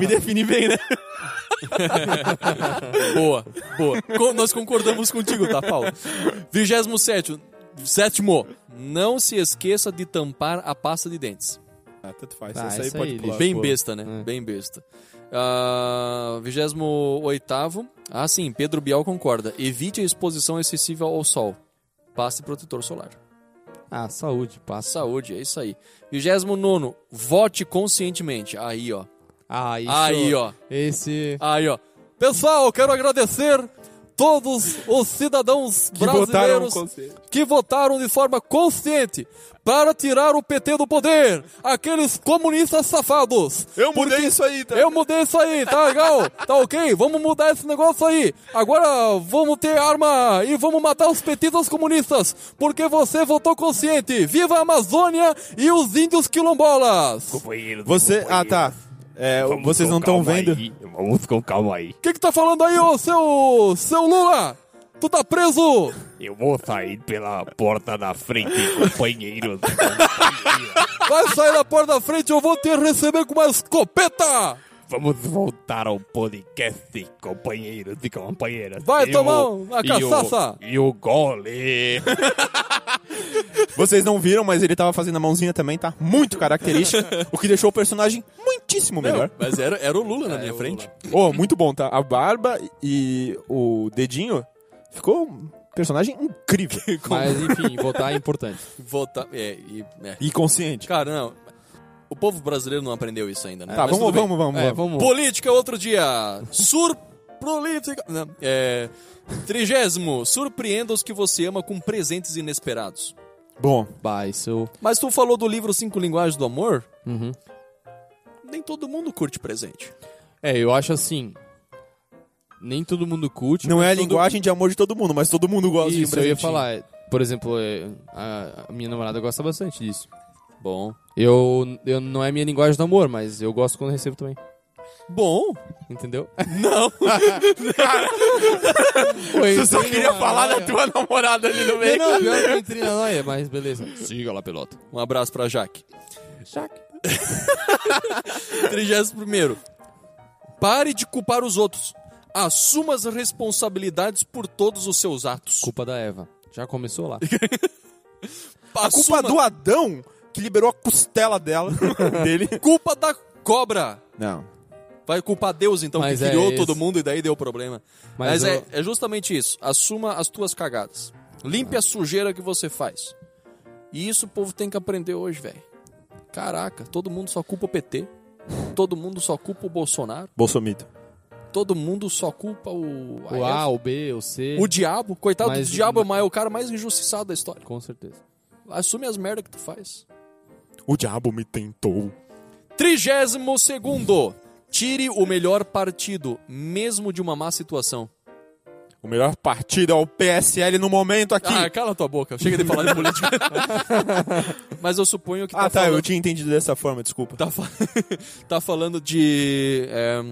Me define bem, né? (laughs) Boa, boa. Co- nós concordamos contigo, tá, Paulo? 27. Sétimo. Não se esqueça de tampar a pasta de dentes. (laughs) Ah, tanto faz. Ah, essa aí essa pode aí, pular. deixa. Bem boa. besta, né? É. Bem besta. Ah, 28. Ah, sim, Pedro Bial concorda. Evite a exposição excessiva ao sol. Passe protetor solar. (laughs) ah, saúde, passa. Saúde, é isso aí. 29. Vote conscientemente. Aí, ó. Ah, isso. Aí, ó. Esse. Aí, ó. Pessoal, quero agradecer todos os cidadãos Que é votaram um brasileiros no conselho. que votaram de forma consciente para tirar o PT do poder. Aqueles comunistas safados. Eu mudei Porque- isso aí, tá? Eu mudei isso aí, tá legal? (laughs) Tá ok? Vamos mudar esse negócio aí. Agora vamos ter arma e vamos matar os petistas comunistas. Porque você votou consciente. Viva a Amazônia e os índios quilombolas. O Você. Ah, tá. É, vocês não estão vendo. (laughs) Vamos com calma aí. que que tá falando aí, ô seu, seu Lula? Tu tá preso! Eu vou sair pela porta da frente, companheiros. Vai sair da porta da frente, eu vou te receber com uma escopeta! Vamos voltar ao podcast, companheiros e companheiras. Vai E tomar o- uma e o- cachaça. E o gole. Vocês não viram, mas ele tava fazendo a mãozinha também, tá? Muito característica. o que deixou o personagem muitíssimo melhor. Mas era, era o Lula na minha frente. Oh, muito bom, tá? A barba e o dedinho ficou um personagem (laughs) incrível (laughs) Mas enfim, votar é importante. Votar. É, e. é. e consciente. Cara, não. O povo brasileiro não aprendeu isso ainda, né? Tá, Mas vamos, tudo bem. vamos, vamos, É, vamos. vamos. Política outro dia. Surprolítica. Não, é. Trigésimo. Surpreenda os que você ama com presentes inesperados. Bom, Bah, isso. Mas tu falou do livro Cinco Linguagens do Amor? Uhum. Nem todo mundo curte presente. É, eu acho assim. Nem todo mundo curte. não mas é a todo- linguagem de amor de todo mundo, mas todo mundo gosta de um Isso, eu ia presentinho. falar. é, Por exemplo, é, a, a minha namorada gosta bastante disso. Bom. Eu, eu não é minha linguagem do amor, mas eu gosto quando recebo também. Bom? (laughs) Entendeu? Não. Você só queria falar Ah, é. da tua namorada ali no Não, não, pior que eu entrei na noia, mas beleza. Siga lá, pelota. Um abraço pra Jaque. Jaque. 31. Pare de culpar os outros. Assuma as responsabilidades por todos os seus atos. Culpa da Eva. Já começou lá. A culpa do Adão que liberou a costela dela, dele. culpa da cobra. Não. Vai culpar Deus, então, Mas que é criou esse. todo mundo e daí deu problema. (laughs) Mas, Mas é, eu- é justamente isso. Assuma as tuas cagadas. Limpe a sujeira que você faz. E isso o povo tem que aprender hoje, velho. Caraca, todo mundo só culpa o PT. Todo mundo só culpa o Bolsonaro. Bolsomito. Todo mundo só culpa o... O A, o B, o C. o diabo. Coitado Mas- do diabo, mas é o cara mais injustiçado da história. Com certeza. Assume as merdas que tu faz. O diabo me tentou. Trigésimo segundo. Tire o melhor partido, mesmo de uma má situação. O melhor partido é o PSL no momento aqui. Ah, cala tua boca. Chega de falar de política. (laughs) Mas eu suponho que tá, Ah, tá, falando, eu tinha entendido dessa forma, desculpa. tá, fa- (laughs) tá falando de... é,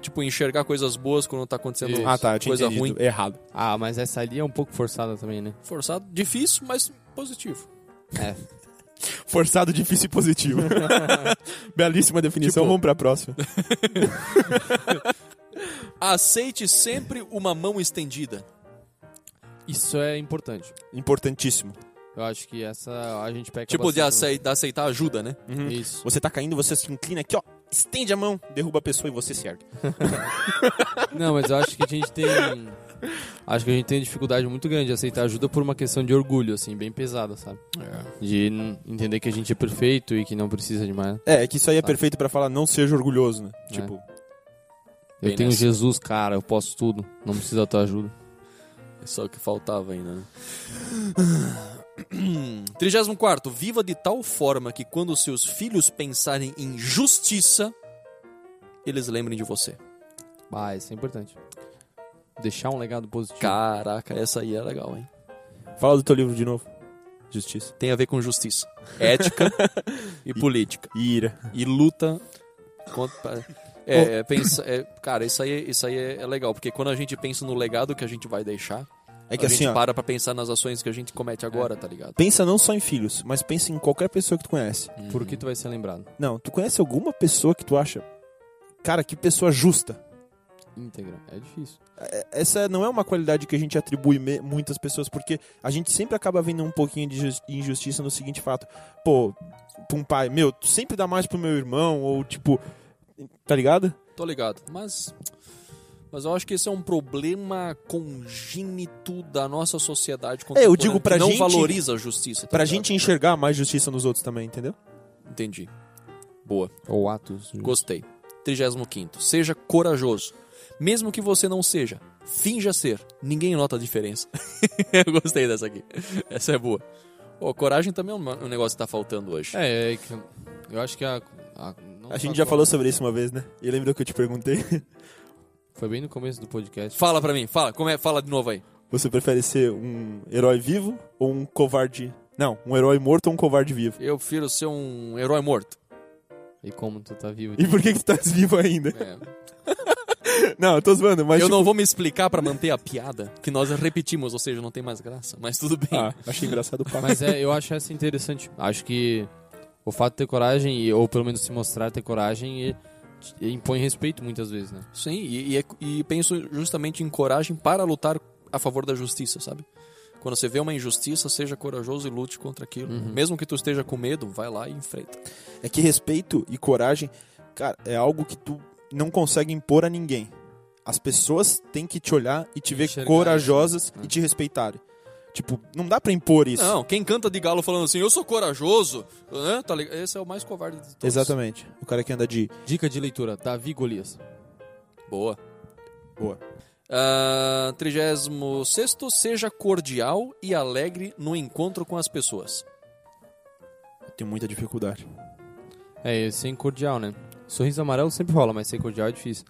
tipo, enxergar coisas boas quando tá acontecendo Isso. Ah, tá, eu tinha coisa entendido ruim. errado. Ah, mas essa ali é um pouco forçada também, né? É. Forçado. Difícil, mas positivo. Forçado, difícil e positivo. Belíssima definição, Tipo- vamos pra próxima. Aceite sempre uma mão estendida. Isso é importante. Importantíssimo. Eu acho que essa a gente pega. Tipo, assim, de bastante. acei- de aceitar ajuda, né? Isso. Você tá caindo, você se inclina aqui, ó. Estende a mão, derruba a pessoa e você se ergue. Não, mas eu acho que a gente (laughs) tem. Acho que a gente tem dificuldade muito grande de aceitar ajuda por uma questão de orgulho, assim, bem pesada, sabe? É. De n- entender que a gente é perfeito e que não precisa de mais. É, é que isso aí é perfeito pra falar não seja orgulhoso, né? É. Tipo, Eu Bem tenho nessa. Jesus, cara, eu posso tudo. Não precisa da tua ajuda. É só o que faltava ainda, né? (clears throat) 34. Viva de tal forma que quando seus filhos pensarem em justiça, eles lembrem de você. Ah, isso é importante. Deixar um legado positivo. Caraca, essa aí é legal, hein? fala do teu livro de novo. Justiça. Tem a ver com justiça, (laughs) ética e política. Ira. E luta contra. É, é, pensa, é, cara, isso aí, isso aí é, é legal, porque quando a gente pensa no legado que a gente vai deixar, É que a assim, gente ó, É. para pra pensar nas ações que a gente comete agora, tá ligado? pensa não só em filhos, mas pensa em qualquer pessoa que tu conhece. Por que tu vai ser lembrado? Não, tu conhece alguma pessoa que tu acha, cara, que pessoa justa. Íntegra. É difícil. Essa não é uma qualidade que a gente atribui me- muitas pessoas, porque a gente sempre acaba vendo um pouquinho de jus- injustiça no seguinte fato. Pô, pra um pai, meu, tu sempre dá mais pro meu irmão, ou tipo, tá ligado? Tô ligado, mas mas eu acho que esse é um problema congênito da nossa sociedade contemporânea, É, eu digo pra que não gente- valoriza a justiça. Tá Pra ligado? gente enxergar mais justiça nos outros também, entendeu? entendi. Boa, Ou atos. gostei. 35 quinto. Seja corajoso. Mesmo que você não seja, finja ser. Ninguém nota a diferença. (laughs) Eu gostei dessa aqui. Essa é boa. Pô, coragem também é uma- um negócio que tá faltando hoje. É, é que eu acho que a. A, Tá não A só gente já falou sobre isso uma vez, né? E lembra que eu te perguntei? (laughs) Foi bem no começo do podcast. Fala pra mim, fala. Como é? Fala de novo aí. Você prefere ser um herói vivo ou um covarde? Não, um herói morto ou um covarde vivo? Eu prefiro ser um herói morto. E como tu tá vivo? E por que que tu tá (laughs) vivo ainda? É. Não, eu tô zoando, mas... Eu tipo- não vou me explicar pra manter a piada, que nós repetimos, ou seja, não tem mais graça. Mas tudo bem. Ah, achei engraçado o papo. Mas é, eu acho essa interessante. Acho que o fato de ter coragem, e- ou pelo menos se mostrar ter coragem, e- e impõe respeito muitas vezes, né? Sim, e, e é- e penso justamente em coragem para lutar a favor da justiça, sabe? Quando você vê uma injustiça, seja corajoso e lute contra aquilo. Uhum. Mesmo que tu esteja com medo, vai lá e enfrenta. É que respeito e coragem, cara, é algo que tu não consegue impor a ninguém. As pessoas têm que te olhar e te ver Enxergar corajosas isso, né? e te respeitarem. Tipo, não dá pra impor isso. Não, quem canta de galo falando assim, eu sou corajoso, né? Tá ligado? Esse é o mais covarde de todos. Exatamente. O cara que anda de Dica de leitura, Davi Golias. Boa. Boa. Ah, 36 seja cordial e alegre no encontro com as pessoas. eu tenho muita dificuldade. É, e sem cordial, né? Sorriso amarelo sempre rola, mas sem cordial é difícil.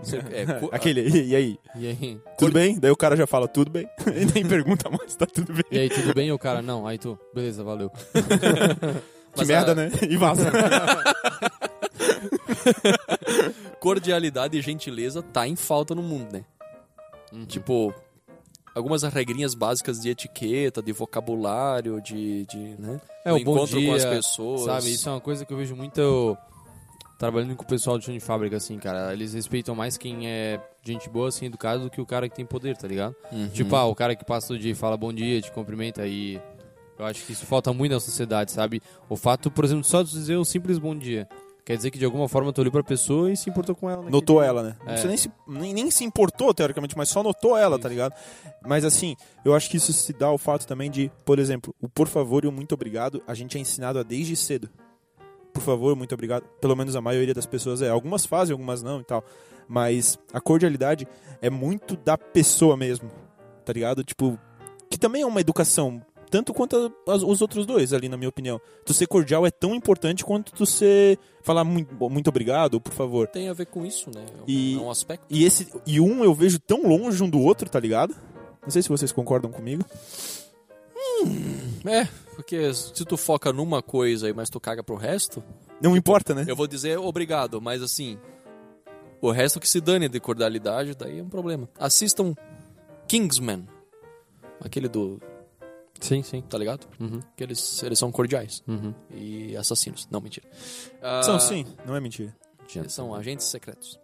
Você- é, co- Aquele, e, e aí? E aí, Tudo bem? Daí o cara já fala tudo bem. (laughs) e nem pergunta mais, tá tudo bem. e aí tudo bem? E o cara, não, aí tu, beleza, valeu. que mas merda, a- né? (laughs) E vaza. cordialidade e gentileza tá em falta no mundo, né? Tipo, algumas regrinhas básicas de etiqueta, de vocabulário, de. de né? É, Do o bom encontro com dia, as pessoas. Sabe, isso é uma coisa que eu vejo muito trabalhando com o pessoal de chão de fábrica, assim, cara. Eles respeitam mais quem é gente boa, assim, educada, do que o cara que tem poder, tá ligado? Uhum. Tipo, ah, o cara que passa o dia e fala bom dia, te cumprimenta e. Eu acho que isso falta muito na sociedade, sabe? O fato, por exemplo, só de dizer um simples bom dia. Quer dizer que de alguma forma tu olhou pra pessoa e se importou com ela. naquele Notou ela, né? É. Você nem se, nem, nem se importou, teoricamente, mas só notou ela, tá ligado? Mas assim, eu acho que isso se dá ao fato também de, por exemplo, o por favor e o muito obrigado, a gente é ensinado a desde cedo. Por favor, muito obrigado. Pelo menos a maioria das pessoas é. Algumas fazem, algumas não e tal. Mas a cordialidade é muito da pessoa mesmo, tá ligado? Tipo, que também é uma educação, tanto quanto a- as- os outros dois ali, na minha opinião. Tu ser cordial é tão importante quanto tu ser... Falar muito, muito obrigado, ou por favor. Tem a ver com isso, né? É um, E- é um aspecto. E esse e um eu vejo tão longe um do outro, tá ligado? Não sei se vocês concordam comigo. É, porque se tu foca numa coisa e mas tu caga pro resto, Não importa, né? eu vou dizer obrigado, mas assim. O resto que se dane de cordialidade, daí é um problema. Assistam Kingsman. Aquele do. dia. Sim, sim. Tá ligado? Uhum, Que eles, eles são cordiais. uhum. e assassinos. Não, mentira. Ah, São sim, não é mentira. eles São agentes secretos.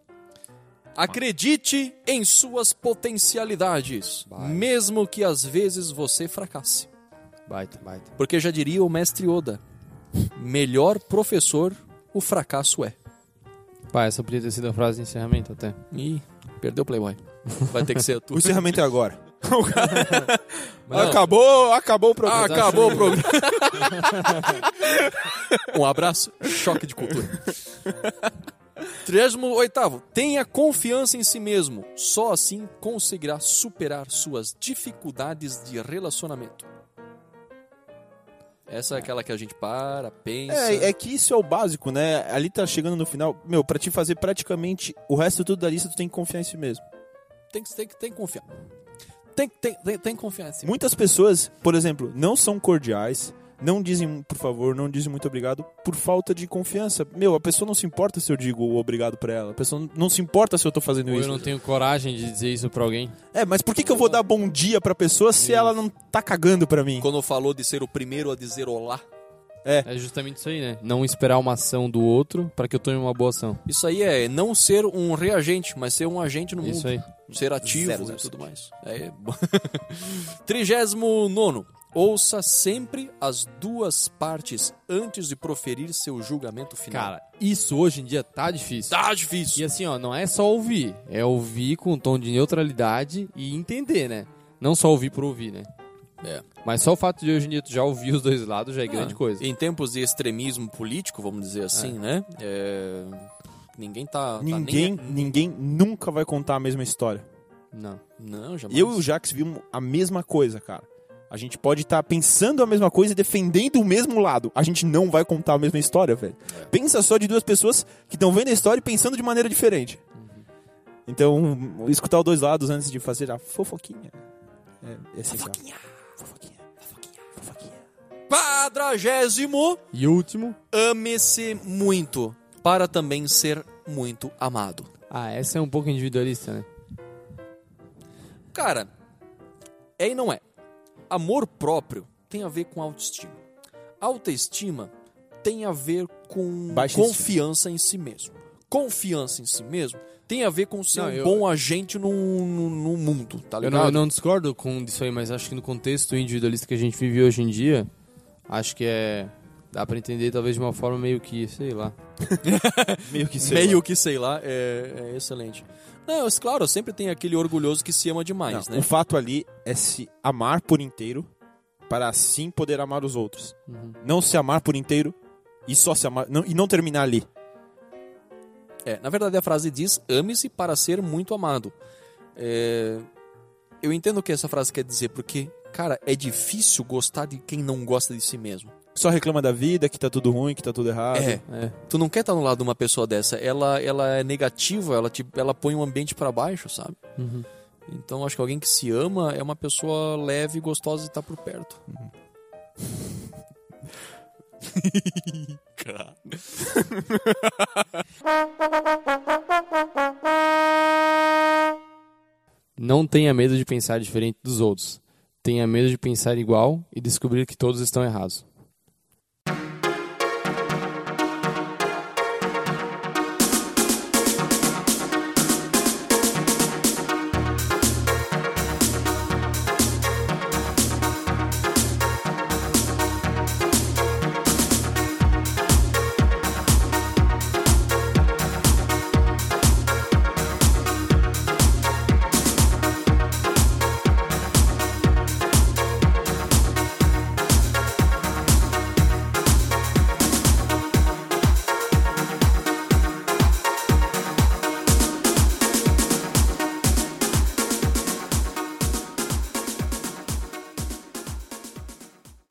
Acredite em suas potencialidades, Vai. mesmo que às vezes você fracasse. Baita, baita. Porque já diria o mestre Oda: melhor professor, o fracasso é. Pá, essa podia ter sido a frase de encerramento até. Ih, perdeu o Playboy. Vai ter (laughs) que ser a O tua. encerramento é (laughs) agora. Mas- acabou, acabou o programa. Acabou o programa. (laughs) um abraço, choque de cultura. 38. Tenha confiança em si mesmo. Só assim conseguirá superar suas dificuldades de relacionamento. Essa é aquela que a gente para, pensa. É, é que isso é o básico, né? Ali tá chegando no final. Meu, pra te fazer praticamente o resto tudo da lista, tu tem que confiar em si mesmo. Tem, que, tem, que, tem que confiar. Tem, que- tem, tem, tem que confiar em si. Muitas pessoas, por exemplo, não são cordiais, não dizem por favor, não dizem muito obrigado por falta de confiança. Meu, a pessoa não se importa se eu digo obrigado pra ela. A pessoa não se importa se eu tô fazendo Ou isso. eu não tenho coragem de dizer isso pra alguém. É, mas por que, que eu vou dar bom dia pra pessoa se ela não tá cagando pra mim? Quando falou de ser o primeiro a dizer olá, É justamente isso aí, né? Não esperar uma ação do outro pra que eu tome uma boa ação. isso aí é não ser um reagente, mas ser um agente no mundo. Isso aí. ser ativo É, Zero, zero, e tudo mais. É... (laughs) Trigésimo nono. Ouça sempre as duas partes antes de proferir seu julgamento final. Cara, isso hoje em dia tá difícil. tá E difícil. assim, ó, não é só ouvir, é ouvir com um tom de neutralidade e entender, né? Não só ouvir por ouvir, né? É. Mas só o fato de hoje em dia tu já ouvir os dois Ah. lados já é grande coisa. Em tempos de extremismo político, vamos dizer assim, né? É, Ninguém tá. tá nem- Ninguém, ninguém nunca vai contar a mesma história. Não. Não, jamais. Eu e o Jax vimos a mesma coisa, cara. A gente pode estar pensando a mesma coisa e defendendo o mesmo lado. A gente não vai contar a mesma história, velho. Pensa só de duas pessoas que estão vendo a história e pensando de maneira diferente. Então, escutar os dois lados antes de fazer a fofoquinha. É, é fofoquinha. Fofoquinha. Fofoquinha. Quadragésimo. E último. Ame-se muito para também ser muito amado. Ah, essa é um pouco individualista, Tá né? Cara, é e não é. Amor próprio tem a ver com autoestima. Autoestima tem a ver com Baixa confiança em si mesmo. Confiança em si mesmo tem a ver com ser Não, um eu- bom agente no, no, no mundo, tá Eu ligado? não, eu não discordo com isso aí, mas acho que no contexto individualista que a gente vive hoje em dia, acho que é. Dá pra entender talvez de uma forma meio que, sei (laughs) lá. Meio que sei Meio lá. que sei lá, é, é excelente. Não, mas claro, sempre tem aquele orgulhoso que se ama demais, Não, O né? fato ali é se amar por inteiro para assim poder amar os outros. Uhum. Não se amar por inteiro e só se amar não- e não terminar ali. É, na verdade a frase diz: ame-se para ser muito amado. É, eu entendo o que essa frase quer dizer, porque, cara, é difícil gostar de quem não gosta de si mesmo. só reclama da vida, que tá tudo ruim, que tá tudo errado. É. É. Tu não quer estar no lado de uma pessoa dessa. Ela, ela é negativa, ela, te, ela põe o ambiente pra baixo, sabe? Uhum. Então acho que alguém que se ama é uma pessoa leve e gostosa de estar por perto. Não tenha medo de pensar diferente dos outros. Tenha medo de pensar igual e descobrir que todos estão errados.